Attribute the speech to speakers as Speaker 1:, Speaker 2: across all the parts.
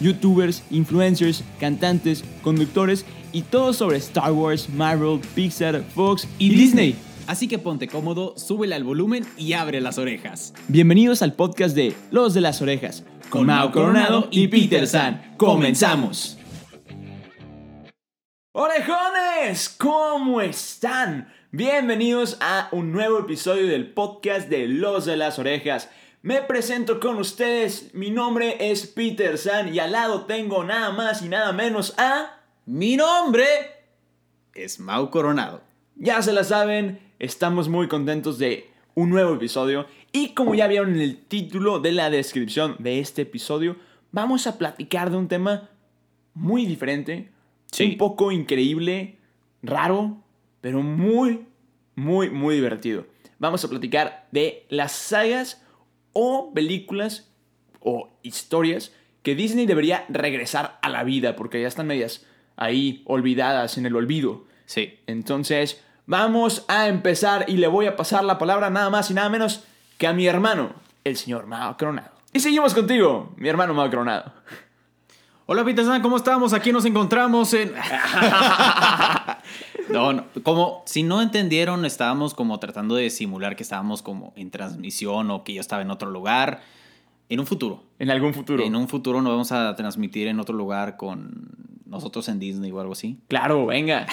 Speaker 1: youtubers, influencers, cantantes, conductores y todo sobre Star Wars, Marvel, Pixar, Fox y, Disney.
Speaker 2: Así que ponte cómodo, súbele al volumen y abre las orejas.
Speaker 1: Bienvenidos al podcast de Los de las Orejas con Mao Coronado y Peter San. ¡Comenzamos! Orejones, ¿cómo están? Bienvenidos a un nuevo episodio del podcast de Los de las Orejas. Me presento con ustedes, mi nombre es Peter San y al lado tengo nada más y nada menos a...
Speaker 2: Mi nombre es Mau Coronado.
Speaker 1: Ya se la saben, estamos muy contentos de un nuevo episodio y como ya vieron en el título de la descripción de este episodio, vamos a platicar de un tema muy diferente,
Speaker 2: Sí.
Speaker 1: un poco increíble, raro, pero muy, muy, muy divertido. Vamos a platicar de las sagas o películas o historias que Disney debería regresar a la vida porque ya están medias ahí olvidadas en el olvido.
Speaker 2: Sí.
Speaker 1: Entonces, vamos a empezar y le voy a pasar la palabra nada más y nada menos que a mi hermano, el señor Mao Coronado. Y seguimos contigo, mi hermano Mao Coronado.
Speaker 2: Hola Peter San, ¿cómo estamos? Aquí nos encontramos en... No, no, como si no entendieron, estábamos como tratando de simular que estábamos como en transmisión o que yo estaba en otro lugar. En un futuro.
Speaker 1: En algún futuro.
Speaker 2: En un futuro nos vamos a transmitir en otro lugar con nosotros en Disney o algo así.
Speaker 1: Claro, venga.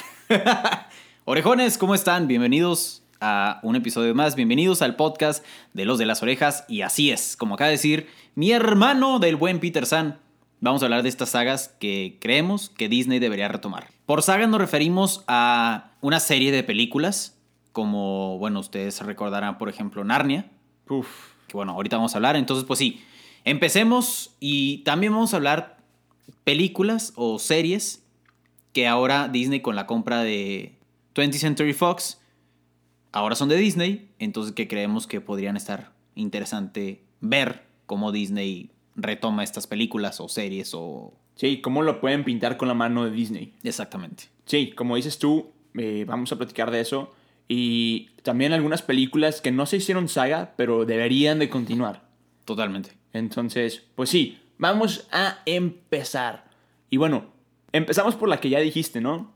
Speaker 2: Orejones, ¿cómo están? Bienvenidos a un episodio más. Bienvenidos al podcast de Los de las Orejas. Y así es, como acaba de decir mi hermano del buen Peter San. Vamos a hablar de estas sagas que creemos que Disney debería retomar. Por sagas nos referimos a una serie de películas, como, bueno, ustedes recordarán, por ejemplo, Narnia,
Speaker 1: Uf.
Speaker 2: que bueno, ahorita vamos a hablar. Entonces, pues sí, empecemos y también vamos a hablar películas o series que ahora Disney con la compra de 20th Century Fox, ahora son de Disney, entonces que creemos que podrían estar interesante ver cómo Disney retoma estas películas o series o...
Speaker 1: Sí, ¿cómo lo pueden pintar con la mano de Disney?
Speaker 2: Exactamente.
Speaker 1: Sí, como dices tú, eh, vamos a platicar de eso. Y también algunas películas que no se hicieron saga, pero deberían de continuar.
Speaker 2: Totalmente.
Speaker 1: Entonces, pues sí, vamos a empezar. Y bueno, empezamos por la que ya dijiste, ¿no?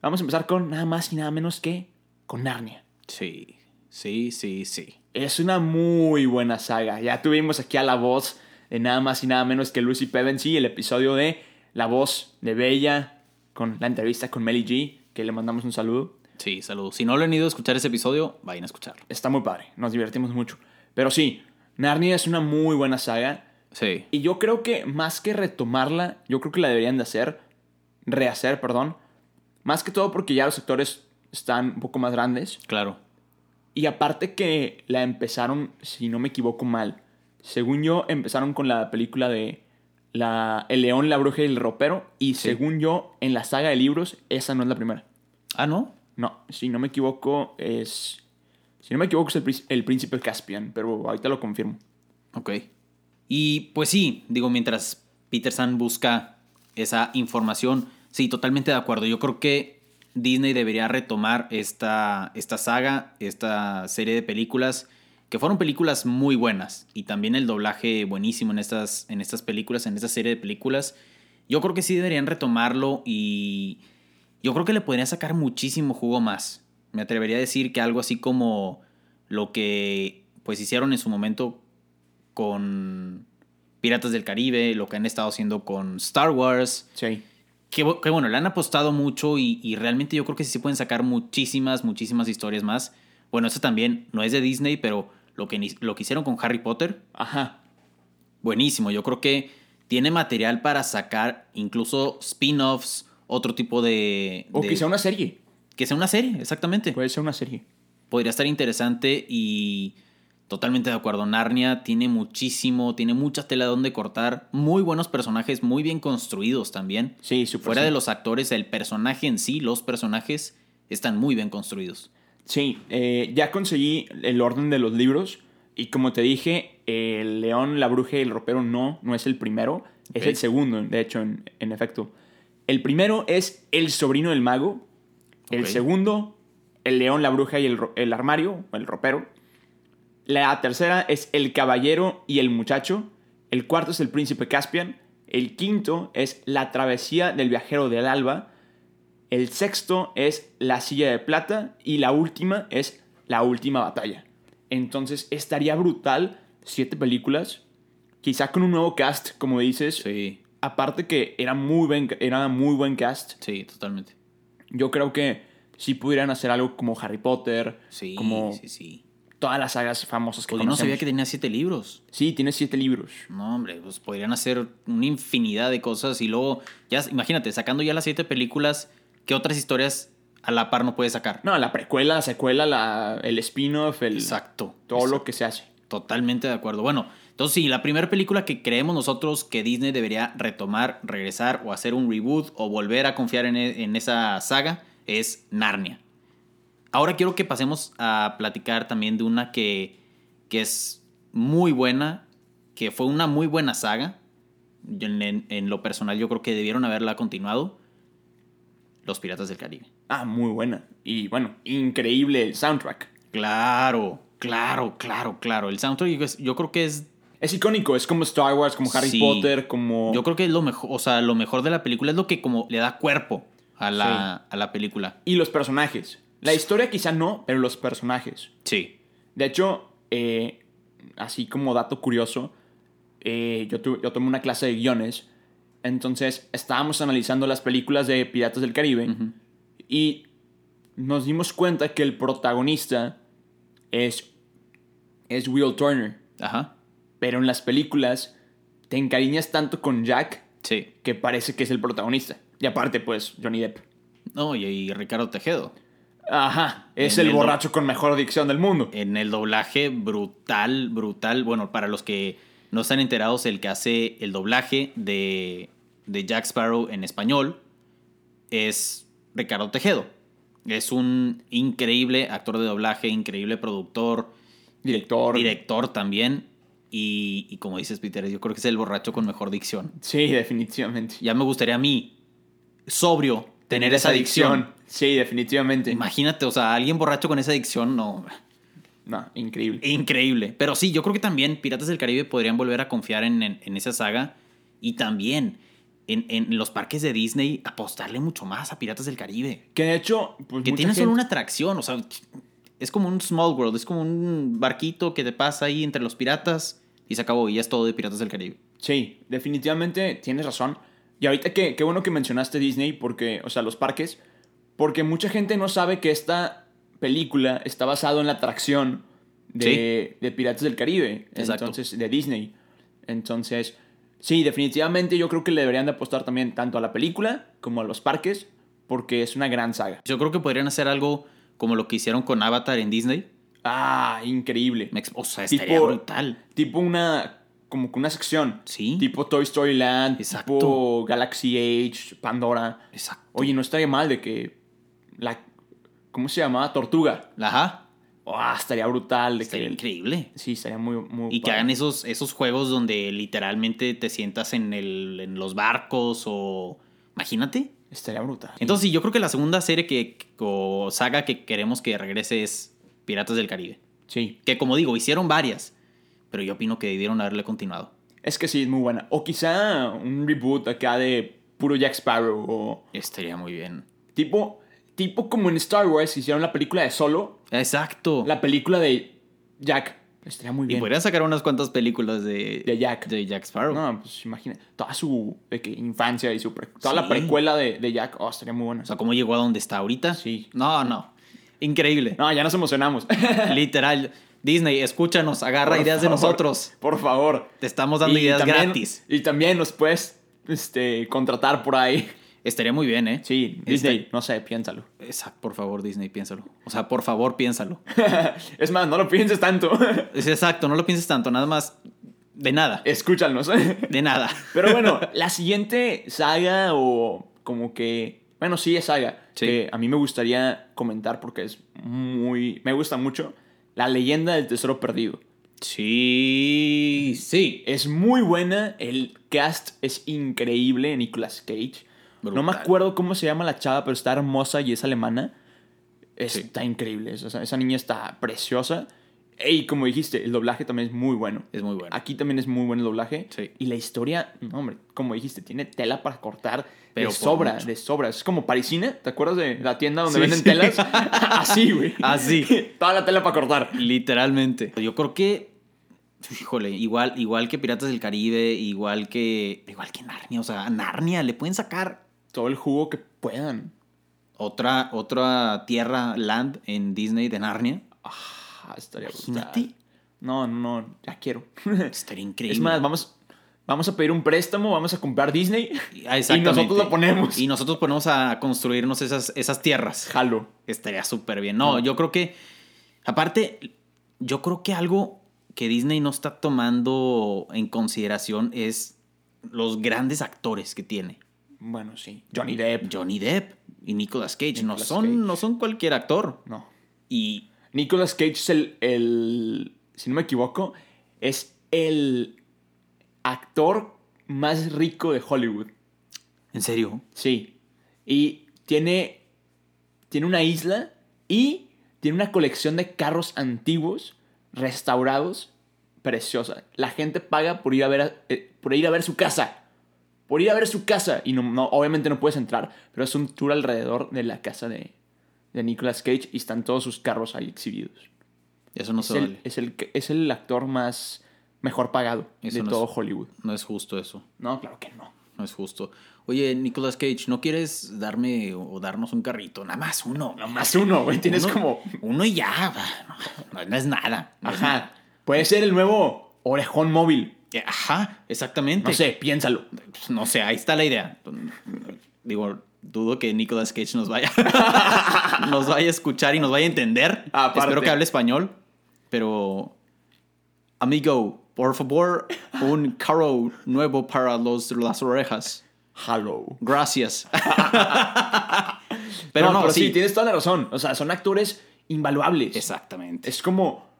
Speaker 1: Vamos a empezar con nada más y nada menos que con Narnia.
Speaker 2: Sí, sí, sí, sí.
Speaker 1: Es una muy buena saga. Ya tuvimos aquí a la voz de nada más y nada menos que Lucy Pevensey, el episodio de La voz de Bella, con la entrevista con Melly G, que le mandamos un saludo.
Speaker 2: Sí, saludos. Si no lo han ido a escuchar ese episodio, vayan a escucharlo.
Speaker 1: Está muy padre, nos divertimos mucho. Pero sí, Narnia es una muy buena saga.
Speaker 2: Sí.
Speaker 1: Y yo creo que más que retomarla, yo creo que la deberían de hacer, rehacer, perdón. Más que todo porque ya los actores están un poco más grandes.
Speaker 2: Claro.
Speaker 1: Y aparte que la empezaron, si no me equivoco mal, según yo empezaron con la película de la, El león, la bruja y el ropero. Y según yo, en la saga de libros, esa no es la primera.
Speaker 2: Ah, ¿no?
Speaker 1: No, si no me equivoco es... Si no me equivoco es el, Prís- el príncipe Caspian, pero ahorita lo confirmo.
Speaker 2: Ok. Y pues sí, digo, mientras Peter San busca esa información, sí, totalmente de acuerdo. Yo creo que Disney debería retomar esta, esta saga, esta serie de películas, que fueron películas muy buenas. Y también el doblaje buenísimo en estas, en estas películas, en esta serie de películas. Yo creo que sí deberían retomarlo y yo creo que le podría sacar muchísimo jugo más. Me atrevería a decir que algo así como lo que pues hicieron en su momento con Piratas del Caribe, lo que han estado haciendo con Star Wars.
Speaker 1: Sí.
Speaker 2: Que, bu- que bueno, le han apostado mucho y, y realmente yo creo que sí se pueden sacar muchísimas, muchísimas historias más. Bueno, eso también no es de Disney, pero lo que, ni- lo que hicieron con Harry Potter,
Speaker 1: Ajá.
Speaker 2: buenísimo. Yo creo que tiene material para sacar incluso spin-offs, otro tipo de...
Speaker 1: O
Speaker 2: de-
Speaker 1: quizá una serie.
Speaker 2: que sea una serie, exactamente.
Speaker 1: Puede ser una serie.
Speaker 2: Podría estar interesante y Totalmente de acuerdo. Narnia tiene muchísimo, tiene mucha tela donde cortar. Muy buenos personajes, muy bien construidos también.
Speaker 1: Sí, súper.
Speaker 2: Fuera
Speaker 1: Pues sí.
Speaker 2: de los actores, el personaje en sí, los personajes están muy bien construidos.
Speaker 1: Sí, eh, ya conseguí el orden de los libros. Y como te dije, el león, la bruja y el ropero no, no es el primero. Es
Speaker 2: Ok.
Speaker 1: el segundo, de hecho, en, en efecto. El primero es El sobrino del mago. El
Speaker 2: Ok.
Speaker 1: segundo, El león, la bruja y el, ro- el armario, o el ropero. La tercera es El caballero y el muchacho. El cuarto es El príncipe Caspian. El quinto es La travesía del viajero del alba. El sexto es La Silla de Plata y la última es La Última Batalla. Entonces estaría brutal siete películas, quizá con un nuevo cast, como dices.
Speaker 2: Sí,
Speaker 1: Aparte que era muy, buen, era muy buen cast,
Speaker 2: sí, totalmente.
Speaker 1: yo creo que si pudieran hacer algo como Harry Potter,
Speaker 2: Sí,
Speaker 1: como
Speaker 2: sí, sí.
Speaker 1: todas las sagas famosas que
Speaker 2: Pues yo no sabía
Speaker 1: conocemos.
Speaker 2: que tenía siete libros.
Speaker 1: Sí, tiene siete libros.
Speaker 2: No, hombre, pues podrían hacer una infinidad de cosas y luego, ya, imagínate, sacando ya las siete películas, ¿qué otras historias a la par no puedes sacar?
Speaker 1: No, la precuela, la secuela, la- el spin-off, el,
Speaker 2: Exacto.
Speaker 1: todo
Speaker 2: Exacto.
Speaker 1: lo que se hace.
Speaker 2: Totalmente de acuerdo. Bueno, entonces sí, la primera película que creemos nosotros que Disney debería retomar, regresar o hacer un reboot o volver a confiar en, e- en esa saga es Narnia. Ahora quiero que pasemos a platicar también de una que, que es muy buena, que fue una muy buena saga. Yo En, en- en lo personal yo creo que debieron haberla continuado. Los Piratas del Caribe.
Speaker 1: Ah, muy buena. Y bueno, increíble el soundtrack.
Speaker 2: Claro, claro, claro, claro. El soundtrack yo- yo creo que es
Speaker 1: Es icónico, es como Star Wars, como Harry
Speaker 2: Sí.
Speaker 1: Potter, como...
Speaker 2: Yo creo que es lo mejor, o sea, lo mejor de la película es lo que como le da cuerpo a la, a la película.
Speaker 1: Y los personajes. La historia quizá no, pero los personajes.
Speaker 2: Sí.
Speaker 1: De hecho, eh, así como dato curioso, eh, yo, tu- yo tomé una clase de guiones. Entonces estábamos analizando las películas de Piratas del Caribe y nos dimos cuenta que el protagonista es, es Will Turner.
Speaker 2: Ajá.
Speaker 1: Pero en las películas te encariñas tanto con Jack
Speaker 2: Sí.
Speaker 1: que parece que es el protagonista. Y aparte, pues, Johnny Depp.
Speaker 2: No, y, y Ricardo Tejedo.
Speaker 1: Ajá, es
Speaker 2: En
Speaker 1: el
Speaker 2: el-
Speaker 1: borracho con mejor dicción del mundo.
Speaker 2: En el doblaje, brutal, brutal. Bueno, para los que no están enterados, el que hace el doblaje de, de Jack Sparrow en español es Ricardo Tejedo. Es un increíble actor de doblaje, increíble productor,
Speaker 1: Director.
Speaker 2: director también. Y, y como dices, Peter, yo creo que es el borracho con mejor dicción.
Speaker 1: Sí, definitivamente.
Speaker 2: ya me gustaría a mí, sobrio, tener esa adicción.
Speaker 1: Sí, definitivamente.
Speaker 2: Imagínate, o sea, alguien borracho con esa adicción, no.
Speaker 1: No, increíble.
Speaker 2: Increíble. Pero sí, yo creo que también Piratas del Caribe podrían volver a confiar en, en- en esa saga y también en, en los parques de Disney apostarle mucho más a Piratas del Caribe.
Speaker 1: Que de hecho, pues
Speaker 2: Que
Speaker 1: mucha
Speaker 2: tiene
Speaker 1: gente-
Speaker 2: solo una atracción, o sea, es como un small world, es como un barquito que te pasa ahí entre los piratas y se acabó y ya es todo de Piratas del Caribe.
Speaker 1: Sí, definitivamente tienes razón. Y ahorita que, qué bueno que mencionaste Disney, porque, o sea, los parques, porque mucha gente no sabe que esta película está basada en la atracción de, de Piratas del Caribe,
Speaker 2: Exacto.
Speaker 1: entonces de Disney. Entonces, sí, definitivamente yo creo que le deberían de apostar también tanto a la película como a los parques, porque es una gran saga.
Speaker 2: Yo creo que podrían hacer algo como lo que hicieron con Avatar en Disney.
Speaker 1: Ah, increíble.
Speaker 2: Me ex- O sea, estaría
Speaker 1: Tipo-
Speaker 2: brutal.
Speaker 1: Tipo una, como que una sección.
Speaker 2: Sí.
Speaker 1: Tipo Toy Story Land,
Speaker 2: Exacto.
Speaker 1: tipo Galaxy Age, Pandora.
Speaker 2: Exacto.
Speaker 1: Oye, no estaría mal de que la... ¿Cómo se llamaba? Tortuga.
Speaker 2: Ajá.
Speaker 1: Ah, estaría brutal. De
Speaker 2: Estaría
Speaker 1: que,
Speaker 2: increíble.
Speaker 1: Sí, estaría muy... muy
Speaker 2: Y que
Speaker 1: padre.
Speaker 2: hagan esos, esos juegos donde literalmente te sientas en, el, en los barcos o... Imagínate.
Speaker 1: Estaría brutal.
Speaker 2: Entonces, sí, yo creo que la segunda serie que, o saga que queremos que regrese es Piratas del Caribe.
Speaker 1: Sí.
Speaker 2: Que como digo, hicieron varias. Pero yo opino que debieron haberle continuado.
Speaker 1: Es que sí, es muy buena. O quizá un reboot acá de puro Jack Sparrow o...
Speaker 2: Estaría muy bien.
Speaker 1: Tipo... Tipo como en Star Wars hicieron la película de Solo,
Speaker 2: Exacto.
Speaker 1: la película de Jack. Estaría muy
Speaker 2: y
Speaker 1: bien.
Speaker 2: podrían sacar unas cuantas películas de,
Speaker 1: De Jack.
Speaker 2: de Jack Sparrow.
Speaker 1: No, pues imagina, toda su de que, infancia y su pre- toda la
Speaker 2: Sí.
Speaker 1: precuela de, de Jack, oh, estaría muy buena.
Speaker 2: O sea, cómo llegó a donde está ahorita.
Speaker 1: Sí.
Speaker 2: No, no. Increíble.
Speaker 1: No, ya nos emocionamos.
Speaker 2: Literal. Disney, escúchanos, agarra
Speaker 1: Por
Speaker 2: ideas de
Speaker 1: favor,
Speaker 2: nosotros.
Speaker 1: Por favor.
Speaker 2: Te estamos dando
Speaker 1: Y
Speaker 2: ideas
Speaker 1: también-
Speaker 2: gratis.
Speaker 1: Y también nos puedes este, contratar por ahí.
Speaker 2: Estaría muy bien, ¿eh?
Speaker 1: Sí, Disney, no sé, piénsalo.
Speaker 2: Exacto, por favor, Disney, piénsalo. O sea, por favor, piénsalo.
Speaker 1: es más, no lo pienses tanto.
Speaker 2: Es exacto, no lo pienses tanto, nada más. De nada.
Speaker 1: Escúchanos.
Speaker 2: De nada.
Speaker 1: Pero bueno, la siguiente saga o como que... Bueno, sí, es saga.
Speaker 2: Sí.
Speaker 1: Que a mí me gustaría comentar porque es muy... Me gusta mucho. La leyenda del tesoro perdido.
Speaker 2: Sí, sí.
Speaker 1: Es muy buena. El cast es increíble. Nicolas Cage. No me
Speaker 2: Brutal.
Speaker 1: acuerdo cómo se llama la chava, pero está hermosa y es alemana.
Speaker 2: Sí.
Speaker 1: Está increíble. Esa, esa niña está preciosa. Y como dijiste, el doblaje también es muy bueno.
Speaker 2: Es muy bueno.
Speaker 1: Aquí también es muy buen el doblaje.
Speaker 2: Sí.
Speaker 1: Y la historia, no, hombre, como dijiste, tiene tela para cortar
Speaker 2: Pero
Speaker 1: de
Speaker 2: por
Speaker 1: sobra,
Speaker 2: mucho.
Speaker 1: de sobra. Es como parisina, ¿te acuerdas de la tienda donde
Speaker 2: Sí,
Speaker 1: venden
Speaker 2: sí.
Speaker 1: telas? Así, güey.
Speaker 2: Así.
Speaker 1: Toda la tela para cortar.
Speaker 2: Literalmente. Yo creo que. Híjole, igual, igual que Piratas del Caribe, igual que. Igual que Narnia. O sea, a Narnia le pueden sacar
Speaker 1: Todo el jugo que puedan.
Speaker 2: otra, otra tierra, land en Disney de Narnia.
Speaker 1: Ah, estaría
Speaker 2: Pues,
Speaker 1: brutal.
Speaker 2: Imagínate.
Speaker 1: No, no, no, ya quiero.
Speaker 2: Estaría increíble.
Speaker 1: es más, vamos, vamos a pedir un préstamo, vamos a comprar Disney.
Speaker 2: Ah, exactamente.
Speaker 1: Y nosotros lo ponemos.
Speaker 2: Y nosotros ponemos a construirnos esas, esas tierras.
Speaker 1: Jalo.
Speaker 2: Estaría súper bien. No, yo creo que. Aparte, yo creo que algo que Disney no está tomando en consideración es los grandes actores que tiene.
Speaker 1: Bueno, sí. Johnny Depp.
Speaker 2: Johnny Depp y Nicolas Cage. no,
Speaker 1: Nicolas
Speaker 2: son,
Speaker 1: Cage.
Speaker 2: no son cualquier actor.
Speaker 1: No.
Speaker 2: Y
Speaker 1: Nicolas Cage es el, el- Si no me equivoco, es el actor más rico de Hollywood.
Speaker 2: en serio,
Speaker 1: Sí. Y tiene. Tiene una isla y tiene una colección de carros antiguos, restaurados, preciosa. La gente paga por ir a ver, a- eh, por ir a ver su casa. Por ir a ver su casa. Y no, no- obviamente no puedes entrar, pero es un tour alrededor de la casa de, de Nicolas Cage y están todos sus carros ahí exhibidos.
Speaker 2: eso no
Speaker 1: Es
Speaker 2: se
Speaker 1: el,
Speaker 2: vale.
Speaker 1: es, el, es el actor más mejor pagado
Speaker 2: Eso
Speaker 1: de
Speaker 2: no es-
Speaker 1: todo Hollywood.
Speaker 2: No es justo eso.
Speaker 1: No, claro que no.
Speaker 2: No es justo. Oye, Nicolas Cage, ¿no quieres darme o darnos un carrito? Nada más uno.
Speaker 1: Nomás uno, güey. Tienes
Speaker 2: Uno-
Speaker 1: como
Speaker 2: Uno y ya. va. No, no es nada. no es
Speaker 1: Ajá. Puede ser el nuevo orejón móvil.
Speaker 2: Eh, Ajá, exactamente.
Speaker 1: No sé, piénsalo.
Speaker 2: Pues, No sé, ahí está la idea. Digo, dudo que Nicolas Cage nos vaya, nos vaya a escuchar y nos vaya a entender.
Speaker 1: Aparte.
Speaker 2: Espero que hable español. Pero, amigo, por favor, un carro nuevo para los, las orejas.
Speaker 1: Hello.
Speaker 2: Gracias. pero no, sí.
Speaker 1: tienes toda la razón. O sea, son actores invaluables.
Speaker 2: Exactamente.
Speaker 1: Es como.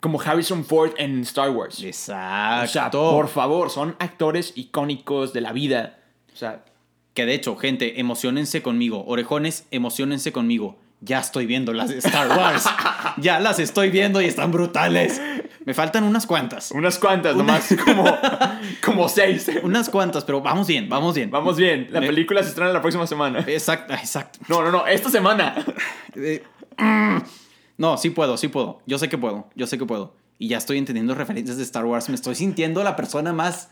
Speaker 1: Como Harrison Ford en Star Wars.
Speaker 2: Exacto.
Speaker 1: O sea, por favor, son actores icónicos de la vida. O sea,
Speaker 2: Que de hecho, gente, emocionense conmigo. Orejones, emocionense conmigo. Ya estoy viendo las de Star Wars. ya las estoy viendo y están brutales. Me faltan unas cuantas.
Speaker 1: unas cuantas nomás, como, como seis. Eh.
Speaker 2: Unas cuantas, pero vamos bien, vamos bien.
Speaker 1: Vamos bien, la
Speaker 2: Me-
Speaker 1: película se estrena la próxima semana.
Speaker 2: Exacto, exacto.
Speaker 1: No, no, no, esta semana.
Speaker 2: Eh, mm. No, sí puedo, sí puedo. Yo sé que puedo, yo sé que puedo. Y ya estoy entendiendo referencias de Star Wars. Me estoy sintiendo la persona más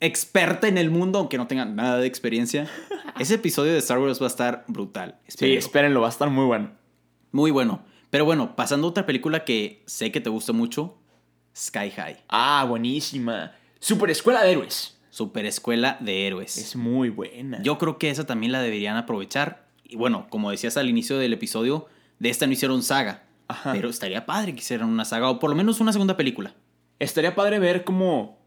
Speaker 2: experta en el mundo, aunque no tenga nada de experiencia. Ese episodio de Star Wars va a estar brutal.
Speaker 1: Sí,
Speaker 2: Espérenlo.
Speaker 1: espérenlo, va a estar muy bueno.
Speaker 2: Muy bueno. Pero bueno, pasando a otra película que sé que te gusta mucho, Sky High,
Speaker 1: Ah, buenísima. Super Escuela de Héroes.
Speaker 2: Super Escuela de Héroes.
Speaker 1: Es muy buena.
Speaker 2: Yo creo que esa también la deberían aprovechar. Y bueno, como decías al inicio del episodio, de esta no hicieron saga.
Speaker 1: Ajá.
Speaker 2: Pero estaría padre que hicieran una saga o por lo menos una segunda película.
Speaker 1: Estaría padre ver cómo.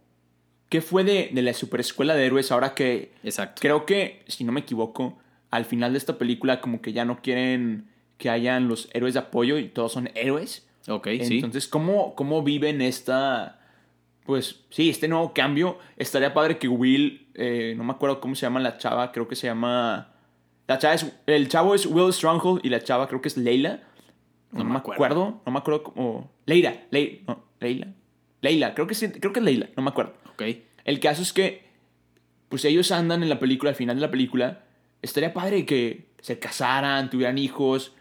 Speaker 1: ¿Qué fue de, de la superescuela de héroes ahora que.
Speaker 2: Exacto.
Speaker 1: Creo que, si no me equivoco, al final de esta película, como que ya no quieren que hayan los héroes de apoyo y todos son héroes.
Speaker 2: Ok, sí.
Speaker 1: Entonces, ¿cómo, ¿cómo viven esta. Pues sí, este nuevo cambio. Estaría padre que Will. eh, no me acuerdo cómo se llama la chava, creo que se llama. La chava es, el chavo es Will Stronghold y la chava creo que es Leila. No,
Speaker 2: No me
Speaker 1: me acuerdo.
Speaker 2: acuerdo.
Speaker 1: No me acuerdo cómo. Leira. Leira. No, Leila. Leila. Creo que, sí, creo que es Leila. No me acuerdo.
Speaker 2: Ok.
Speaker 1: El caso es que, pues ellos andan en la película, al final de la película, estaría padre que se casaran, tuvieran hijos,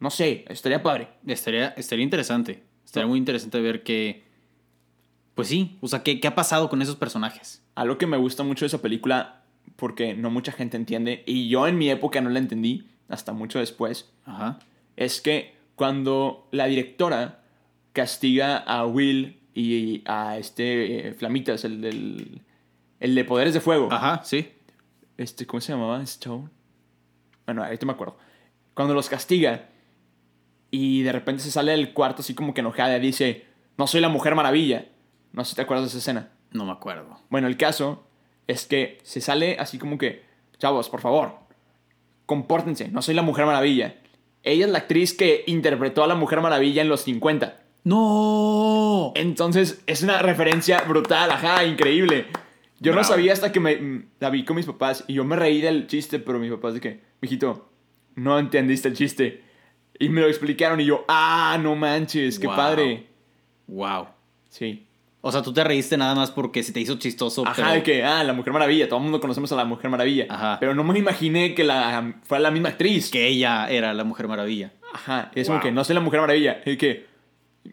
Speaker 1: no sé, estaría padre.
Speaker 2: Estaría, estaría interesante. Estaría muy interesante ver que. Pues sí. O sea, ¿qué, qué ha pasado con esos personajes?
Speaker 1: Algo que me gusta mucho de esa película, porque no mucha gente entiende, y yo en mi época no la entendí, hasta mucho después,
Speaker 2: Ajá.
Speaker 1: es que cuando la directora castiga a Will y
Speaker 2: Ah.
Speaker 1: a este eh, Flamitas, el del... El de Poderes de Fuego.
Speaker 2: Ajá, sí.
Speaker 1: Este, ¿Cómo se llamaba? Stone. Bueno, ahorita me acuerdo. Cuando los castiga y de repente se sale del cuarto así como que enojada y dice, no soy la mujer maravilla. No sé si te acuerdas de esa escena.
Speaker 2: No me acuerdo.
Speaker 1: Bueno, el caso es que se sale así como que, chavos, por favor, compórtense, no soy la Mujer Maravilla. Ella es la actriz que interpretó a la Mujer Maravilla en los 50.
Speaker 2: ¡No!
Speaker 1: Entonces, es una referencia brutal, ajá, increíble. Yo no
Speaker 2: Bravo.
Speaker 1: sabía hasta que me mm, la vi con mis papás y yo me reí del chiste, pero mis papás de que, mijito, no entendiste el chiste. Y me lo explicaron y yo, ah, no manches, qué
Speaker 2: Wow.
Speaker 1: padre.
Speaker 2: Wow.
Speaker 1: Sí.
Speaker 2: O sea, tú te reíste nada más porque se te hizo chistoso.
Speaker 1: Ajá,
Speaker 2: pero-
Speaker 1: de que, ah, la Mujer Maravilla, todo el mundo conocemos a la Mujer Maravilla.
Speaker 2: Ajá.
Speaker 1: Pero no me imaginé que la, fuera la misma actriz.
Speaker 2: que ella era la Mujer Maravilla.
Speaker 1: Ajá, es
Speaker 2: Wow.
Speaker 1: como que no soy la Mujer Maravilla. Es que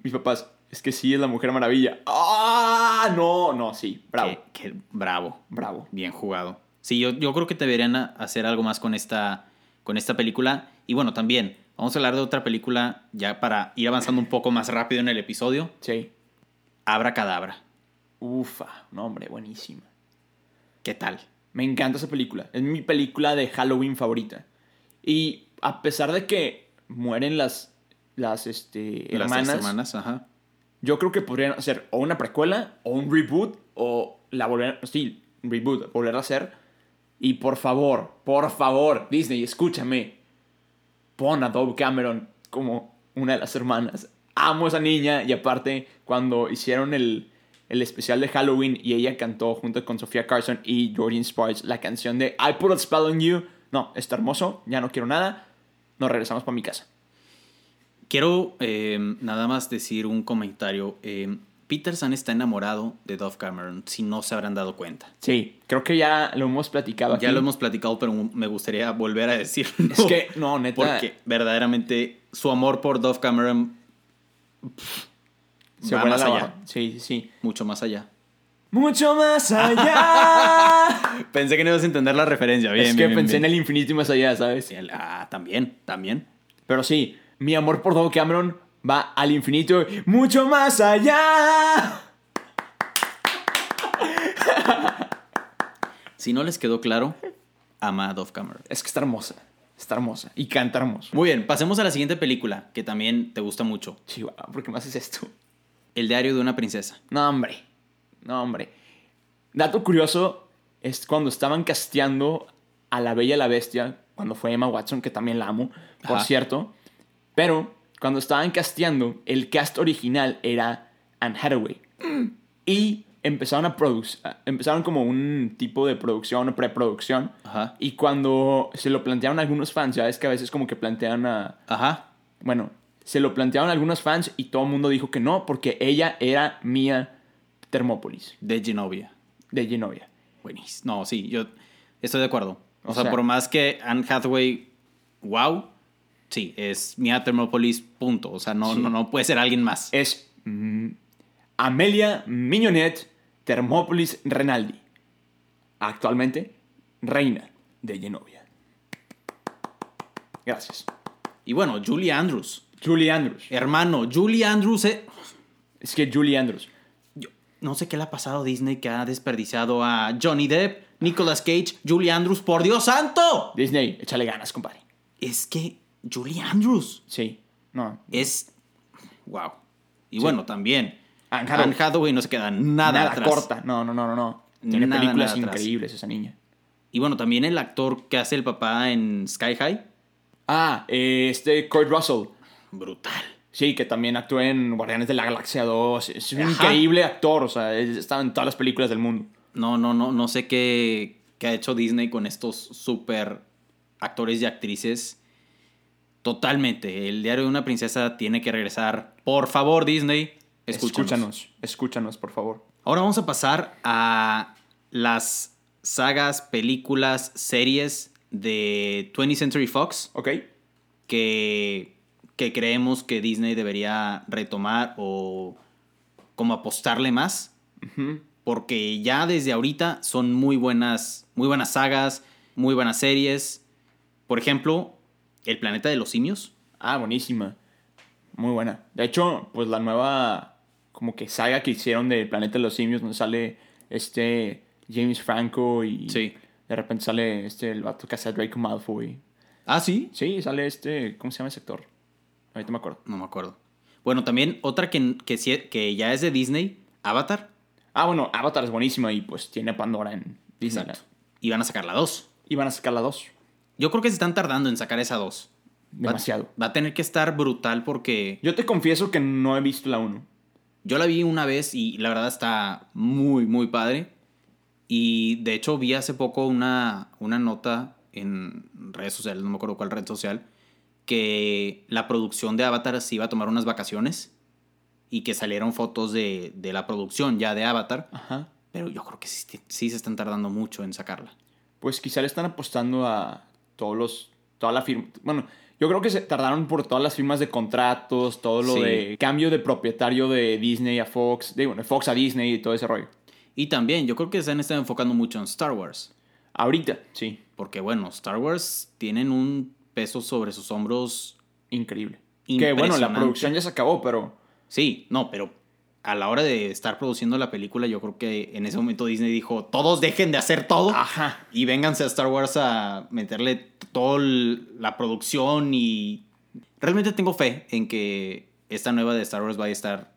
Speaker 1: mis papás, es que sí es la Mujer Maravilla. ¡Ah! No, no, sí, bravo,
Speaker 2: Que- que- bravo.
Speaker 1: bravo.
Speaker 2: Bien jugado. Sí, yo, yo creo que deberían a- hacer algo más con esta, con esta película. Y bueno, también vamos a hablar de otra película ya para ir avanzando un poco más rápido en el episodio.
Speaker 1: Sí.
Speaker 2: Abra Cadabra.
Speaker 1: Ufa, no, hombre, buenísima.
Speaker 2: ¿Qué tal?
Speaker 1: Me encanta esa película. Es mi película de Halloween favorita. Y a pesar de que mueren las, las, este,
Speaker 2: Las
Speaker 1: hermanas,
Speaker 2: tres hermanas, ajá.
Speaker 1: yo creo que podrían hacer o una precuela, o un reboot, o la volver, sí, un reboot, volver a hacer. Y por favor, por favor, Disney, escúchame. Pon a Dove Cameron como una de las hermanas. Amo a esa niña. Y aparte, cuando hicieron el, el especial de Halloween y ella cantó junto con Sofía Carson y Jordan Sparks la canción de I Put a Spell on You. No, está hermoso, ya no quiero nada. Nos regresamos para mi casa.
Speaker 2: Quiero eh, nada más decir un comentario. Eh, Peterson está enamorado de Dove Cameron, si no se habrán dado cuenta.
Speaker 1: Sí, creo que ya lo hemos platicado aquí.
Speaker 2: Ya lo hemos platicado, pero me gustaría volver a decir.
Speaker 1: Es que, no, neta.
Speaker 2: Porque verdaderamente su amor por Dove Cameron pff,
Speaker 1: Se
Speaker 2: va
Speaker 1: vuela
Speaker 2: más
Speaker 1: la
Speaker 2: allá.
Speaker 1: barra. Sí, sí, sí.
Speaker 2: Mucho más allá.
Speaker 1: Mucho más allá.
Speaker 2: Pensé que no ibas a entender la referencia. Bien,
Speaker 1: es que pensé en el infinito y más allá, ¿sabes?
Speaker 2: el... Ah, también, también.
Speaker 1: Pero sí, mi amor por Doug Cameron va al infinito. y Mucho más allá.
Speaker 2: Si no les quedó claro, ama a Dove Cameron.
Speaker 1: Es que está hermosa. Está hermosa. Y canta hermoso.
Speaker 2: Muy bien, pasemos a la siguiente película, que también te gusta mucho.
Speaker 1: Chihuahua, ¿por qué me haces esto?
Speaker 2: El diario de una princesa.
Speaker 1: No, hombre. No, hombre. Dato curioso es cuando estaban casteando a la Bella y la Bestia, cuando fue Emma Watson, que también la amo, por
Speaker 2: Ajá.
Speaker 1: cierto. Pero cuando estaban casteando, el cast original era Anne Hathaway. Y empezaron a producir, empezaron como un tipo de producción o preproducción.
Speaker 2: Ajá.
Speaker 1: Y cuando se lo plantearon a algunos fans, ya es que a veces como que plantean a,
Speaker 2: Ajá.
Speaker 1: bueno, se lo plantearon algunos fans y todo el mundo dijo que no, porque ella era Mía Termópolis,
Speaker 2: De Genovia.
Speaker 1: de Genovia.
Speaker 2: Buenísimo. No, sí, yo estoy de acuerdo. O,
Speaker 1: O
Speaker 2: sea,
Speaker 1: sea-
Speaker 2: por más que Anne Hathaway, wow, sí, es Mia Thermopolis, punto. O sea, no,
Speaker 1: Sí.
Speaker 2: no, no puede ser alguien más.
Speaker 1: Es mm, Amelia Mignonette Termópolis Renaldi, actualmente reina de Genovia. Gracias.
Speaker 2: Y bueno, Julie Andrews,
Speaker 1: Julie Andrews.
Speaker 2: hermano, Julie Andrews, eh,
Speaker 1: Es que Julie Andrews.
Speaker 2: no sé qué le ha pasado a Disney que ha desperdiciado a Johnny Depp, Nicolas Cage, Julie Andrews, por Dios santo.
Speaker 1: Disney, échale ganas, compadre.
Speaker 2: Es que Julie Andrews
Speaker 1: Sí. No.
Speaker 2: es, wow. Y bueno, también.
Speaker 1: Anne
Speaker 2: Anne
Speaker 1: Hathaway.
Speaker 2: Hathaway. no se queda nada,
Speaker 1: Nada
Speaker 2: atrás.
Speaker 1: corta. No, no, no, no, no. Tiene
Speaker 2: Nada,
Speaker 1: películas
Speaker 2: nada atrás.
Speaker 1: increíbles esa niña.
Speaker 2: Y bueno, también el actor que hace el papá en Sky High.
Speaker 1: Ah, este Kurt Russell.
Speaker 2: Brutal.
Speaker 1: Sí, que también actúa en Guardianes de la Galaxia 2. Es un
Speaker 2: Ajá.
Speaker 1: increíble actor, o sea, es- está en todas las películas del mundo.
Speaker 2: No, no, no, no sé qué, qué ha hecho Disney con estos super actores y actrices. Totalmente. El diario de una princesa tiene que regresar. Por favor, Disney, escúchanos.
Speaker 1: escúchanos, escúchanos, por favor.
Speaker 2: Ahora vamos a pasar a las sagas, películas, series de 20th Century Fox
Speaker 1: ¿Ok?
Speaker 2: que, que creemos que Disney debería retomar o como apostarle más.
Speaker 1: Ujú.
Speaker 2: porque ya desde ahorita son muy buenas, muy buenas sagas, muy buenas series. Por ejemplo, El planeta de los simios.
Speaker 1: Ah, buenísima. Muy buena. De hecho, pues la nueva como que saga que hicieron de Planeta de los Simios donde sale este James Franco y De repente sale este, el vato que hace a Draco Malfoy.
Speaker 2: Ah, sí.
Speaker 1: Sí, sale este, ¿cómo se llama ese actor? Ahorita me acuerdo.
Speaker 2: No me acuerdo. Bueno, también otra que, que, sí- que ya es de Disney, Avatar.
Speaker 1: Ah, bueno, Avatar es buenísima y pues tiene a Pandora en Disneyland.
Speaker 2: Y van a sacar la 2.
Speaker 1: Y van a sacar la 2.
Speaker 2: Yo creo que se están tardando en sacar esa 2.
Speaker 1: Demasiado.
Speaker 2: Va, a tener que estar brutal porque
Speaker 1: Yo te confieso que no he visto la 1.
Speaker 2: yo la vi una vez y la verdad está muy, muy padre. Y de hecho vi hace poco una, una nota en redes sociales, no me acuerdo cuál red social, que la producción de Avatar se iba a tomar unas vacaciones y que salieron fotos de, de la producción ya de Avatar.
Speaker 1: Ajá.
Speaker 2: Pero yo creo que sí, sí se están tardando mucho en sacarla.
Speaker 1: Pues quizá le están apostando a todos los. Toda la firma. Bueno, yo creo que se tardaron por todas las firmas de contratos, todo lo
Speaker 2: Sí.
Speaker 1: de cambio de propietario de Disney a Fox, de bueno, Fox a Disney y todo ese rollo.
Speaker 2: Y también yo creo que se han estado enfocando mucho en Star Wars.
Speaker 1: Ahorita, sí,
Speaker 2: Porque bueno, Star Wars tienen un peso sobre sus hombros.
Speaker 1: increíble. Que bueno, la
Speaker 2: Impresionante.
Speaker 1: producción ya se acabó, pero
Speaker 2: Sí, no, pero a la hora de estar produciendo la película, yo creo que en ese momento Disney dijo, todos dejen de hacer todo
Speaker 1: Ajá.
Speaker 2: y vénganse a Star Wars a meterle toda la producción y... Realmente tengo fe en que esta nueva de Star Wars va a estar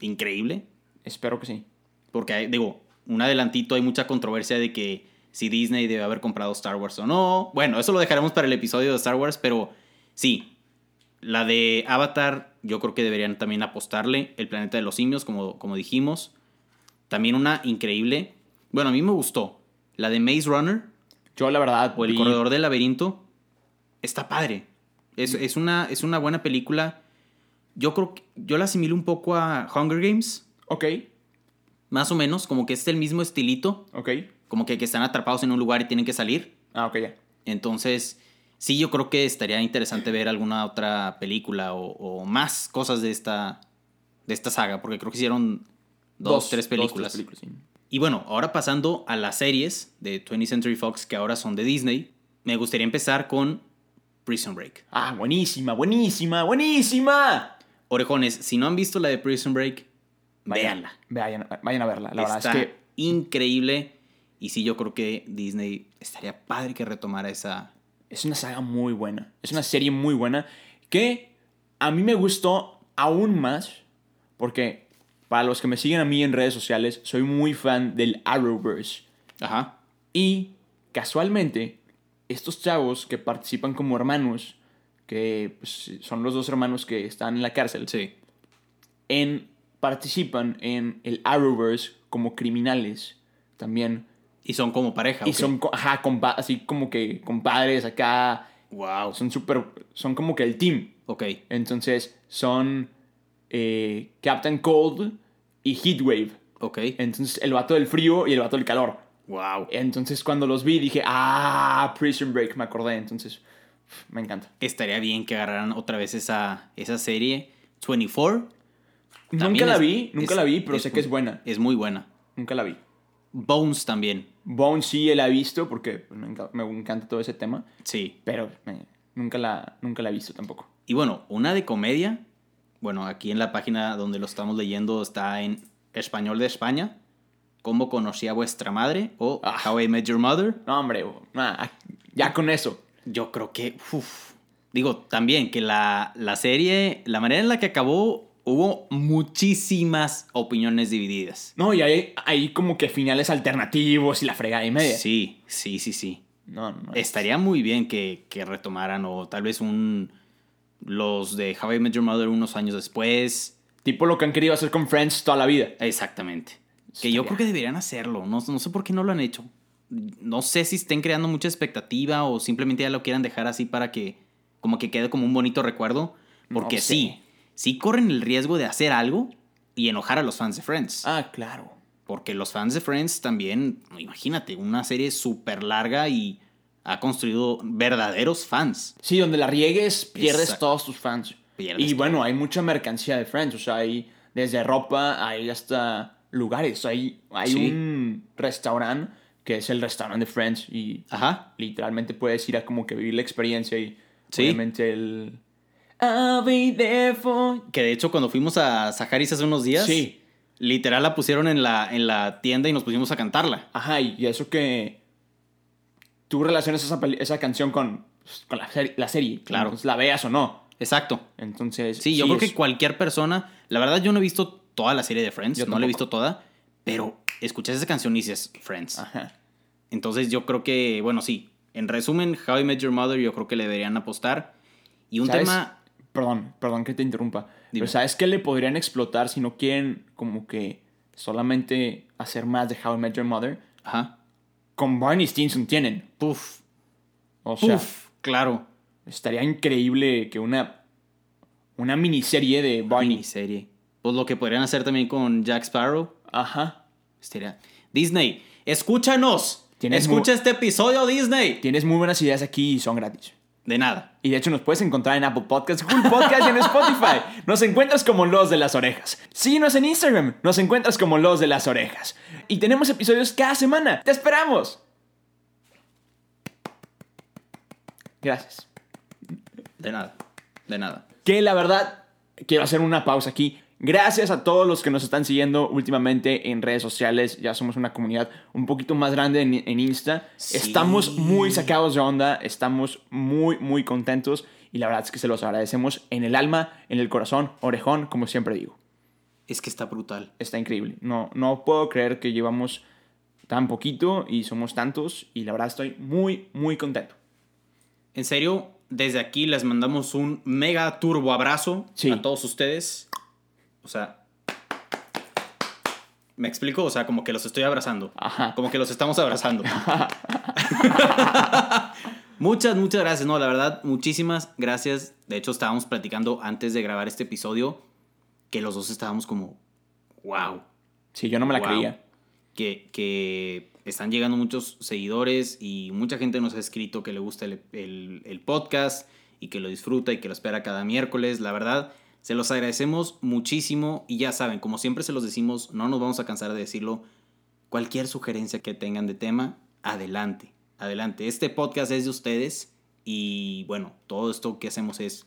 Speaker 2: increíble.
Speaker 1: espero que sí.
Speaker 2: Porque, hay- digo, un adelantito, hay mucha controversia de que si Disney debe haber comprado Star Wars o no. Bueno, eso lo dejaremos para el episodio de Star Wars, pero sí. La de Avatar, yo creo que deberían también apostarle. El planeta de los simios, como, como dijimos. También una increíble. Bueno, a mí me gustó. La de Maze Runner
Speaker 1: Yo, la verdad,
Speaker 2: o El
Speaker 1: vi-
Speaker 2: Corredor del Laberinto. Está padre. Es, es una, es una buena película. Yo creo que yo la asimilo un poco a Hunger Games.
Speaker 1: Ok,
Speaker 2: Más o menos, como que es el mismo estilito,
Speaker 1: ok.
Speaker 2: como que, que están atrapados en un lugar y tienen que salir.
Speaker 1: Ah, ok, ya.
Speaker 2: Entonces, sí, yo creo que estaría interesante ver alguna otra película o, o más cosas de esta, de esta saga, porque creo que hicieron dos, tres películas.
Speaker 1: tres películas, sí.
Speaker 2: Y bueno, ahora pasando a las series de 20th Century Fox que ahora son de Disney, me gustaría empezar con Prison Break.
Speaker 1: Ah, buenísima, buenísima, buenísima.
Speaker 2: Orejones, si no han visto la de Prison Break, véanla.
Speaker 1: Vayan, vayan a verla. La
Speaker 2: está
Speaker 1: verdad es que
Speaker 2: increíble. Y sí, yo creo que Disney estaría padre que retomara esa.
Speaker 1: es una saga muy buena. Es una serie muy buena que a mí me gustó aún más porque para los que me siguen a mí en redes sociales, soy muy fan del Arrowverse.
Speaker 2: Ajá.
Speaker 1: Y casualmente, estos chavos que participan como hermanos, que pues, son los dos hermanos que están en la cárcel,
Speaker 2: Sí.
Speaker 1: en, participan en el Arrowverse como criminales también.
Speaker 2: Y son como pareja.
Speaker 1: Y son, co- ajá, compa- así como que compadres acá.
Speaker 2: Wow.
Speaker 1: Son súper, son como que el team.
Speaker 2: Ok.
Speaker 1: Entonces son eh, Captain Cold y Heatwave.
Speaker 2: Ok.
Speaker 1: Entonces el vato del frío y el vato del calor.
Speaker 2: Wow.
Speaker 1: Entonces cuando los vi dije, ah, Prison Break, me acordé. Entonces, pf, me encanta.
Speaker 2: Estaría bien que agarraran otra vez esa, esa serie. 24. También
Speaker 1: Nunca la
Speaker 2: es-
Speaker 1: vi, nunca
Speaker 2: es-
Speaker 1: la vi, pero sé que
Speaker 2: muy-
Speaker 1: es buena.
Speaker 2: Es muy buena.
Speaker 1: Nunca la vi.
Speaker 2: Bones también.
Speaker 1: Bone sí la he visto porque pues, me enca- me encanta todo ese tema,
Speaker 2: Sí.
Speaker 1: pero eh, nunca, la, nunca la he visto tampoco.
Speaker 2: Y bueno, una de comedia. Bueno, aquí en la página donde lo estamos leyendo está en español de España. ¿Cómo conocí a vuestra madre? O
Speaker 1: Ah.
Speaker 2: How I Met Your Mother.
Speaker 1: No, hombre, bo- ah, ya con eso.
Speaker 2: Yo creo que, uf. digo, también que la, la serie, la manera en la que acabó, hubo muchísimas opiniones divididas.
Speaker 1: No, y hay, hay como que finales alternativos y la fregada y media.
Speaker 2: Sí, sí, sí, sí.
Speaker 1: No, no.
Speaker 2: Estaría muy bien que, que retomaran o tal vez un los de How I Met Your Mother unos años después.
Speaker 1: Tipo lo que han querido hacer con Friends toda la vida.
Speaker 2: Exactamente. Que yo
Speaker 1: Estaría-
Speaker 2: creo que deberían hacerlo. No, no sé por qué no lo han hecho. No sé si estén creando mucha expectativa o simplemente ya lo quieran dejar así para que como que quede como un bonito recuerdo. Porque
Speaker 1: No sé.
Speaker 2: sí, sí corren el riesgo de hacer algo y enojar a los fans de Friends.
Speaker 1: Ah, claro.
Speaker 2: Porque los fans de Friends también, imagínate, una serie súper larga y ha construido verdaderos fans.
Speaker 1: Sí, donde la riegues, pierdes
Speaker 2: Exacto.
Speaker 1: todos tus fans.
Speaker 2: Pierdes
Speaker 1: y
Speaker 2: todo.
Speaker 1: bueno, hay mucha mercancía de Friends. O sea, hay desde ropa, hay hasta lugares. Hay, hay
Speaker 2: Sí.
Speaker 1: un restaurante que es el restaurante de Friends y
Speaker 2: Ajá.
Speaker 1: literalmente puedes ir a como que vivir la experiencia y
Speaker 2: Sí.
Speaker 1: obviamente el... I'll be there for-
Speaker 2: Que de hecho cuando fuimos a Saharis hace unos días,
Speaker 1: Sí.
Speaker 2: literal la pusieron en la, en la tienda y nos pusimos a cantarla.
Speaker 1: Ajá, y eso que tú relacionas esa, peli- esa canción con, pues, con la, ser- la serie.
Speaker 2: Claro.
Speaker 1: Entonces, la veas o no.
Speaker 2: Exacto.
Speaker 1: Entonces.
Speaker 2: Sí, yo creo
Speaker 1: es-
Speaker 2: que cualquier persona, la verdad yo no he visto toda la serie de Friends,
Speaker 1: Yo
Speaker 2: no la he
Speaker 1: tampoco. Ah.
Speaker 2: visto toda, pero escuchas esa canción y dices Friends.
Speaker 1: Ajá.
Speaker 2: Entonces yo creo que, bueno, sí, en resumen, How I Met Your Mother yo creo que le deberían apostar. Y un
Speaker 1: ¿Sabes?
Speaker 2: tema,
Speaker 1: Perdón, perdón que te interrumpa.
Speaker 2: Dime.
Speaker 1: Pero ¿sabes qué le podrían explotar si no quieren como que solamente hacer más de How I Met Your Mother?
Speaker 2: ajá,
Speaker 1: Con Barney Stinson tienen.
Speaker 2: puff,
Speaker 1: O sea,
Speaker 2: puff, claro,
Speaker 1: estaría increíble que una, una miniserie de Barney.
Speaker 2: miniserie. Pues lo que podrían hacer también con Jack Sparrow,
Speaker 1: Ajá.
Speaker 2: estaría... Disney, escúchanos,
Speaker 1: Tienes mu-
Speaker 2: escucha este episodio Disney.
Speaker 1: Tienes muy buenas ideas aquí y son gratis.
Speaker 2: De nada.
Speaker 1: Y de hecho nos puedes encontrar en Apple Podcasts, Google Podcasts y en Spotify. Nos encuentras como Los de las Orejas. Síguenos en Instagram, nos encuentras como Los de las Orejas. Y tenemos episodios cada semana. ¡Te esperamos! Gracias.
Speaker 2: De nada, de nada.
Speaker 1: Que la verdad, quiero hacer una pausa aquí. Gracias a todos los que nos están siguiendo últimamente en redes sociales. Ya somos una comunidad un poquito más grande en, en Insta.
Speaker 2: Sí.
Speaker 1: Estamos muy sacados de onda. Estamos muy, muy contentos. Y la verdad es que se los agradecemos en el alma, en el corazón, orejón, como siempre digo.
Speaker 2: Es que está brutal.
Speaker 1: Está increíble. No, no puedo creer que llevamos tan poquito y somos tantos. Y la verdad estoy muy, muy contento.
Speaker 2: En serio, desde aquí les mandamos un mega turbo abrazo
Speaker 1: Sí.
Speaker 2: a todos ustedes. O sea, ¿me explico? O sea, como que los estoy abrazando.
Speaker 1: Ajá.
Speaker 2: Como que los estamos abrazando. muchas, muchas gracias. No, la verdad, muchísimas gracias. De hecho, estábamos platicando antes de grabar este episodio que los dos estábamos como, wow.
Speaker 1: Sí, yo no me la
Speaker 2: Wow.
Speaker 1: creía.
Speaker 2: Que, que están llegando muchos seguidores y mucha gente nos ha escrito que le gusta el, el- el podcast y que lo disfruta y que lo espera cada miércoles. La verdad, se los agradecemos muchísimo y ya saben, como siempre se los decimos, no nos vamos a cansar de decirlo. Cualquier sugerencia que tengan de tema, adelante, adelante. Este podcast es de ustedes y bueno, todo esto que hacemos es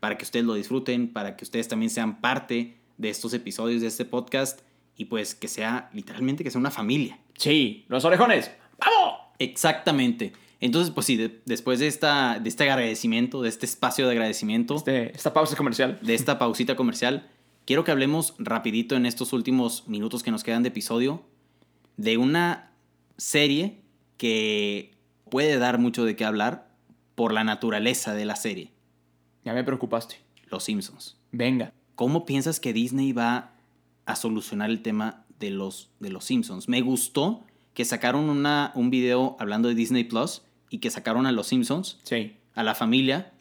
Speaker 2: para que ustedes lo disfruten, para que ustedes también sean parte de estos episodios de este podcast y pues que sea literalmente que sea una familia.
Speaker 1: Sí, los orejones. ¡Vamos!
Speaker 2: Exactamente. Entonces, pues sí, de- después de, esta, de este agradecimiento, de este espacio de agradecimiento,
Speaker 1: Este- esta pausa comercial.
Speaker 2: de esta pausita comercial, quiero que hablemos rapidito en estos últimos minutos que nos quedan de episodio de una serie que puede dar mucho de qué hablar por la naturaleza de la serie,
Speaker 1: Ya me preocupaste.
Speaker 2: Los Simpsons.
Speaker 1: Venga.
Speaker 2: ¿Cómo piensas que Disney va a solucionar el tema de los, de los Simpsons? Me gustó que sacaron una, un video hablando de Disney Plus y que sacaron a los Simpsons,
Speaker 1: Sí.
Speaker 2: a la familia,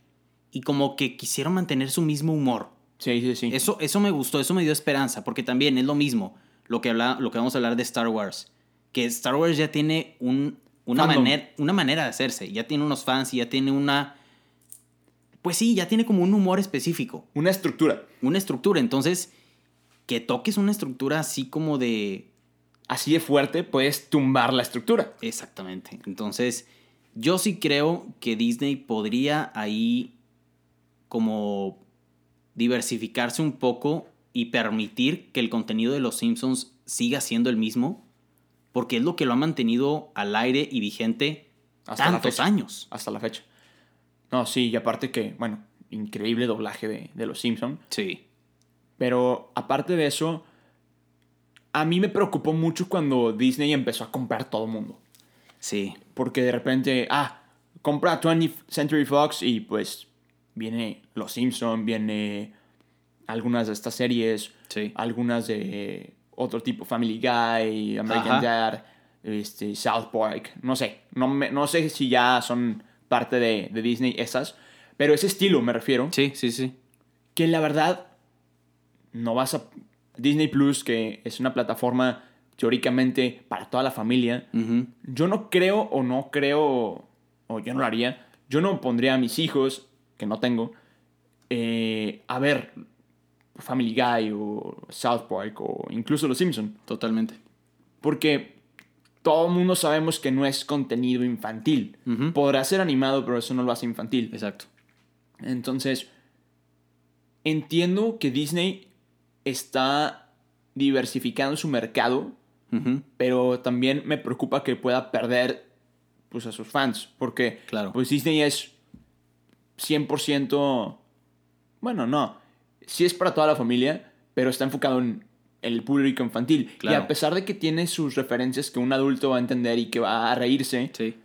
Speaker 2: y como que quisieron mantener su mismo humor.
Speaker 1: Sí, sí, sí.
Speaker 2: Eso, eso me gustó, eso me dio esperanza, porque también es lo mismo lo que, habla, lo que vamos a hablar de Star Wars. Que Star Wars ya tiene un, una,
Speaker 1: Fandom.
Speaker 2: maner- una manera de hacerse, ya tiene unos fans y ya tiene una... Pues sí, ya tiene como un humor específico
Speaker 1: Una estructura.
Speaker 2: una estructura. Entonces, que toques una estructura así como de...
Speaker 1: Así de fuerte puedes tumbar la estructura.
Speaker 2: Exactamente. Entonces, yo sí creo que Disney podría ahí como diversificarse un poco y permitir que el contenido de Los Simpsons siga siendo el mismo, porque es lo que lo ha mantenido al aire y vigente
Speaker 1: Hasta la
Speaker 2: tantos
Speaker 1: fecha.
Speaker 2: años.
Speaker 1: Hasta la fecha. No, sí, y aparte que, bueno, increíble doblaje de, de Los Simpson.
Speaker 2: Sí.
Speaker 1: Pero aparte de eso, a mí me preocupó mucho cuando Disney empezó a comprar todo el mundo.
Speaker 2: Sí.
Speaker 1: Porque de repente, ah, compra 20th Century Fox y pues viene Los Simpson, viene algunas de estas series,
Speaker 2: Sí.
Speaker 1: algunas de otro tipo, Family Guy, American Dad, este, South Park, no sé, no, me- no sé si ya son parte de, de Disney esas, pero ese estilo me refiero,
Speaker 2: Sí, sí, sí.
Speaker 1: que la verdad no vas a... Disney Plus, que es una plataforma teóricamente para toda la familia,
Speaker 2: Ujú.
Speaker 1: yo no creo o no creo, o yo no lo haría, yo no pondría a mis hijos, que no tengo, eh, a ver Family Guy o South Park o incluso Los Simpson,
Speaker 2: Totalmente.
Speaker 1: porque todo el mundo sabemos que no es contenido infantil.
Speaker 2: Ujú.
Speaker 1: Podrá ser animado, pero eso no lo hace infantil.
Speaker 2: Exacto.
Speaker 1: Entonces, entiendo que Disney está diversificando su mercado
Speaker 2: Ujú.
Speaker 1: pero también me preocupa que pueda perder pues, a sus fans. Porque
Speaker 2: Claro.
Speaker 1: pues, Disney es 100%... Bueno, no. Sí es para toda la familia, pero está enfocado en el público infantil. Y
Speaker 2: Claro.
Speaker 1: a pesar de que tiene sus referencias que un adulto va a entender y que va a reírse,
Speaker 2: Sí.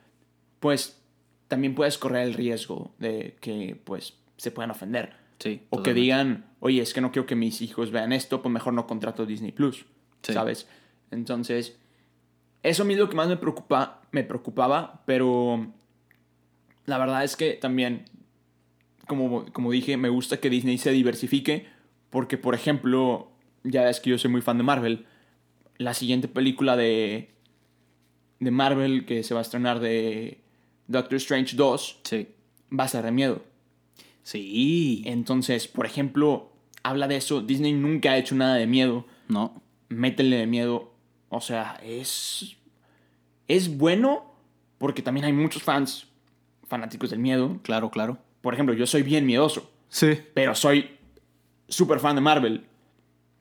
Speaker 1: pues también puedes correr el riesgo de que pues se puedan ofender.
Speaker 2: Sí.
Speaker 1: O que
Speaker 2: totalmente.
Speaker 1: digan, oye, es que no quiero que mis hijos vean esto, pues mejor no contrato Disney Plus.
Speaker 2: Sí.
Speaker 1: ¿Sabes? Entonces, eso a mí es lo que más me, preocupa, me preocupaba, pero la verdad es que también, como, como dije, me gusta que Disney se diversifique, porque por ejemplo, ya ves que yo soy muy fan de Marvel, la siguiente película de, de Marvel que se va a estrenar de Doctor Strange 2
Speaker 2: Sí.
Speaker 1: va a ser de miedo.
Speaker 2: Sí.
Speaker 1: Entonces, por ejemplo, habla de eso. Disney nunca ha hecho nada de miedo.
Speaker 2: No.
Speaker 1: Métele de miedo. O sea, es. Es bueno porque también hay muchos fans fanáticos del miedo.
Speaker 2: Claro, claro.
Speaker 1: Por ejemplo, yo soy bien miedoso,
Speaker 2: Sí.
Speaker 1: pero soy súper fan de Marvel.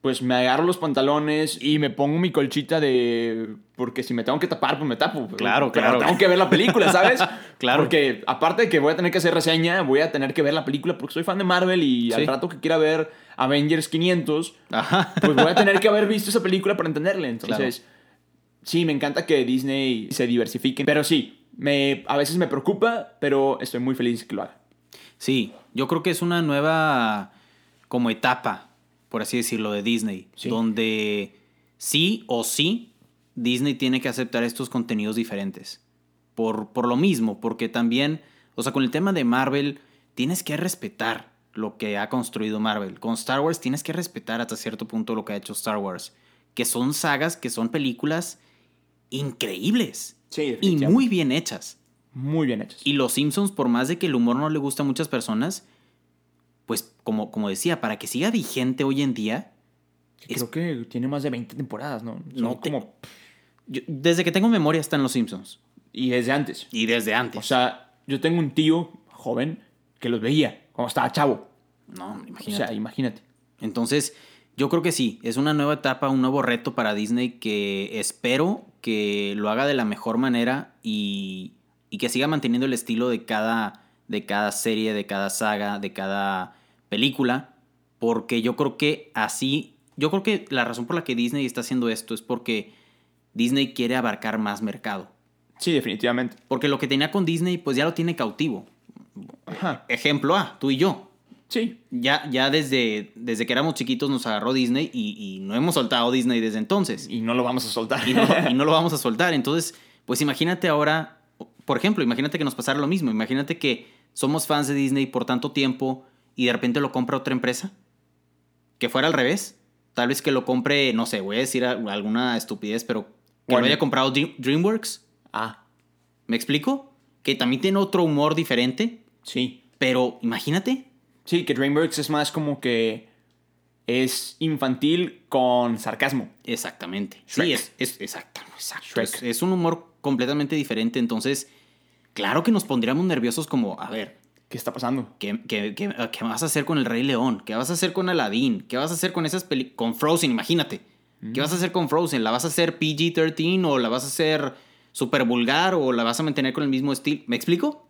Speaker 1: Pues me agarro los pantalones y me pongo mi colchita de. Porque si me tengo que tapar, pues me tapo. pero-
Speaker 2: Claro,
Speaker 1: pero
Speaker 2: claro.
Speaker 1: Tengo que ver la película, ¿sabes?
Speaker 2: Claro.
Speaker 1: Porque aparte de que voy a tener que hacer reseña, voy a tener que ver la película porque soy fan de Marvel y al
Speaker 2: Sí.
Speaker 1: rato que quiera ver Avengers 500,
Speaker 2: Ajá.
Speaker 1: pues voy a tener que haber visto esa película para entenderle. Entonces, sí, me encanta que Disney se diversifique. Pero sí, me, a veces me preocupa, pero estoy muy feliz que lo haga.
Speaker 2: Sí, yo creo que es una nueva como etapa, por así decirlo, de Disney,
Speaker 1: Sí.
Speaker 2: donde sí o sí Disney tiene que aceptar estos contenidos diferentes. Por, por lo mismo, porque también, o sea, con el tema de Marvel, tienes que respetar lo que ha construido Marvel. Con Star Wars tienes que respetar hasta cierto punto lo que ha hecho Star Wars, que son sagas, que son películas increíbles
Speaker 1: Sí,
Speaker 2: y muy bien hechas.
Speaker 1: muy bien hechos.
Speaker 2: Y los Simpsons, por más de que el humor no le gusta a muchas personas, pues como, como decía, para que siga vigente hoy en día, es-
Speaker 1: Creo que tiene más de 20 temporadas, ¿no? Son
Speaker 2: No te-
Speaker 1: como-
Speaker 2: yo- desde que tengo memoria están los Simpsons.
Speaker 1: Y desde antes.
Speaker 2: Y desde antes.
Speaker 1: O sea, yo tengo un tío joven que los veía cuando estaba chavo.
Speaker 2: no,
Speaker 1: O
Speaker 2: imagínate.
Speaker 1: sea, imagínate.
Speaker 2: Entonces, yo creo que sí, es una nueva etapa, un nuevo reto para Disney que espero que lo haga de la mejor manera y, y que siga manteniendo el estilo de cada, de cada serie, de cada saga, de cada película, porque yo creo que así, yo creo que la razón por la que Disney está haciendo esto es porque Disney quiere abarcar más mercado.
Speaker 1: Sí, definitivamente.
Speaker 2: Porque lo que tenía con Disney, pues ya lo tiene cautivo.
Speaker 1: Ajá.
Speaker 2: Ejemplo A, tú y yo.
Speaker 1: Sí.
Speaker 2: Ya, ya desde, desde que éramos chiquitos nos agarró Disney y, y no hemos soltado Disney desde entonces.
Speaker 1: Y no lo vamos a soltar.
Speaker 2: Y no, y no lo vamos a soltar. Entonces, pues imagínate ahora, por ejemplo, imagínate que nos pasara lo mismo. Imagínate que somos fans de Disney por tanto tiempo y de repente lo compra otra empresa. Que fuera al revés. Tal vez que lo compre, no sé, voy a decir a- alguna estupidez, pero que
Speaker 1: Warner.
Speaker 2: lo haya comprado Dream- DreamWorks.
Speaker 1: ah,
Speaker 2: ¿Me explico? Que también tiene otro humor diferente.
Speaker 1: sí.
Speaker 2: Pero imagínate.
Speaker 1: Sí, que DreamWorks es más como que es infantil con sarcasmo.
Speaker 2: Exactamente.
Speaker 1: Shrek.
Speaker 2: Sí, es, es- exacto, exacto.
Speaker 1: Shrek.
Speaker 2: Es, es un humor completamente diferente. Entonces, claro que nos pondríamos nerviosos como, a ver,
Speaker 1: ¿Qué está pasando?
Speaker 2: ¿qué, qué- qué- qué vas a hacer con El Rey León? ¿Qué vas a hacer con Aladdin? ¿Qué vas a hacer con esas películas? Con Frozen, imagínate. ¿Qué vas a hacer con Frozen? ¿La vas a hacer PG-13 o la vas a hacer super vulgar o la vas a mantener con el mismo estilo? ¿Me explico?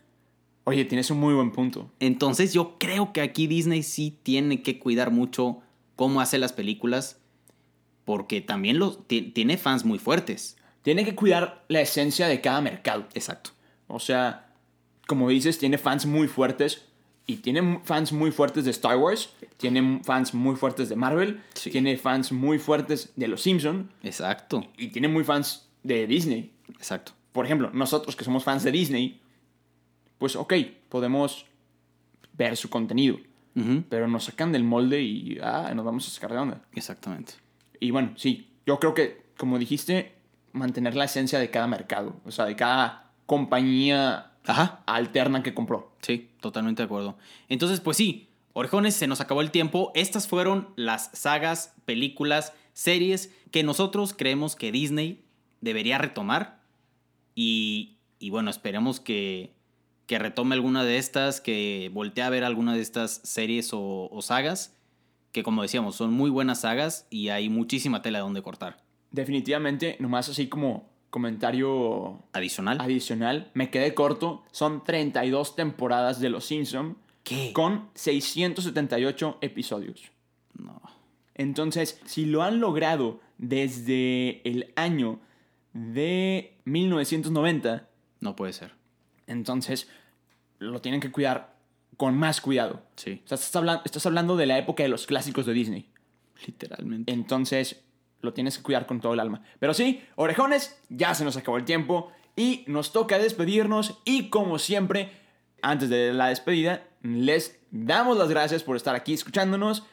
Speaker 1: Oye, tienes un muy buen punto.
Speaker 2: Entonces yo creo que aquí Disney sí tiene que cuidar mucho cómo hace las películas porque también los, ti- tiene fans muy fuertes.
Speaker 1: Tiene que cuidar la esencia de cada mercado.
Speaker 2: Exacto.
Speaker 1: O sea, como dices, tiene fans muy fuertes. Y tiene fans muy fuertes de Star Wars. Tiene fans muy fuertes de Marvel.
Speaker 2: Sí.
Speaker 1: Tiene fans muy fuertes de Los Simpson
Speaker 2: Exacto,
Speaker 1: Y tiene muy fans de Disney.
Speaker 2: exacto.
Speaker 1: Por ejemplo, nosotros que somos fans de Disney. Pues ok, podemos ver su contenido.
Speaker 2: Ujú,
Speaker 1: Pero nos sacan del molde y ah, nos vamos a sacar de onda.
Speaker 2: Exactamente.
Speaker 1: Y bueno, sí, yo creo que, como dijiste, mantener la esencia de cada mercado, o sea, de cada compañía
Speaker 2: Ajá.
Speaker 1: alterna que compró.
Speaker 2: Sí, totalmente de acuerdo. Entonces, pues sí, orejones, se nos acabó el tiempo. Estas fueron las sagas, películas, series que nosotros creemos que Disney debería retomar. Y, y bueno, esperemos que, que retome alguna de estas, que voltee a ver alguna de estas series o, o sagas, que como decíamos, son muy buenas sagas y hay muchísima tela de donde cortar.
Speaker 1: Definitivamente, nomás así como, comentario
Speaker 2: Adicional.
Speaker 1: adicional, me quedé corto. Son 32 temporadas de Los Simpson
Speaker 2: ¿Qué?
Speaker 1: con 678 episodios.
Speaker 2: No.
Speaker 1: Entonces, si lo han logrado desde el año de 1990,
Speaker 2: No puede ser.
Speaker 1: entonces lo tienen que cuidar con más cuidado.
Speaker 2: Sí.
Speaker 1: O sea, estás, hablan- estás hablando de la época de los clásicos de Disney.
Speaker 2: Literalmente.
Speaker 1: Entonces, lo tienes que cuidar con todo el alma. Pero sí, orejones, ya se nos acabó el tiempo y nos toca despedirnos y como siempre, antes de la despedida, les damos las gracias por estar aquí escuchándonos,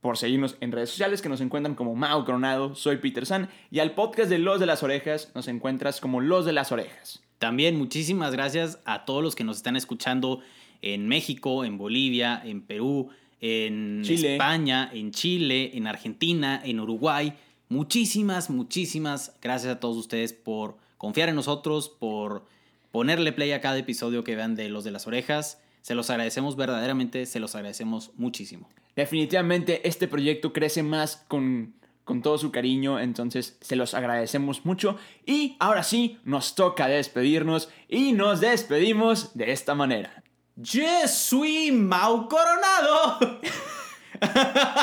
Speaker 1: por seguirnos en redes sociales que nos encuentran como Mao Coronado, soy Peter San y al podcast de Los de las Orejas nos encuentras como Los de las Orejas.
Speaker 2: También muchísimas gracias a todos los que nos están escuchando en México, en Bolivia, en Perú, en
Speaker 1: Chile.
Speaker 2: España, en Chile, en Argentina, en Uruguay. Muchísimas, muchísimas gracias a todos ustedes por confiar en nosotros, por ponerle play a cada episodio que vean de Los de las Orejas. Se los agradecemos verdaderamente, se los agradecemos muchísimo.
Speaker 1: Definitivamente este proyecto crece más con, con todo su cariño, entonces se los agradecemos mucho. Y ahora sí, nos toca despedirnos y nos despedimos de esta manera.
Speaker 2: Yo soy Mau Coronado.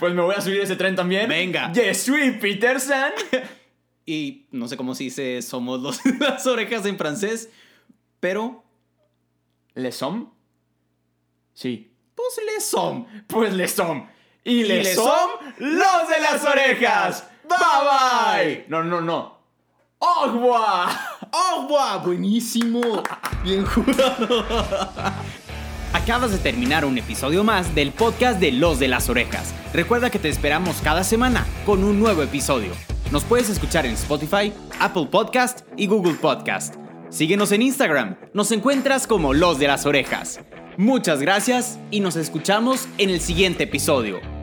Speaker 1: Pues me voy a subir a ese tren también.
Speaker 2: Venga.
Speaker 1: Yes, sweet Peter San.
Speaker 2: Y no sé cómo se dice somos los, las orejas en francés, pero
Speaker 1: ¿Les som? Sí.
Speaker 2: pues le son.
Speaker 1: Pues les som. Y les,
Speaker 2: les
Speaker 1: som
Speaker 2: som
Speaker 1: los de las orejas. Bye bye. No, no, no. ¡Au revoir!
Speaker 2: ¡Oh, guau! ¡Buenísimo! ¡Bien jugado! Acabas de terminar un episodio más del podcast de Los de las Orejas. Recuerda que te esperamos cada semana con un nuevo episodio. Nos puedes escuchar en Spotify, Apple Podcast y Google Podcast. Síguenos en Instagram. Nos encuentras como Los de las Orejas. Muchas gracias y nos escuchamos en el siguiente episodio.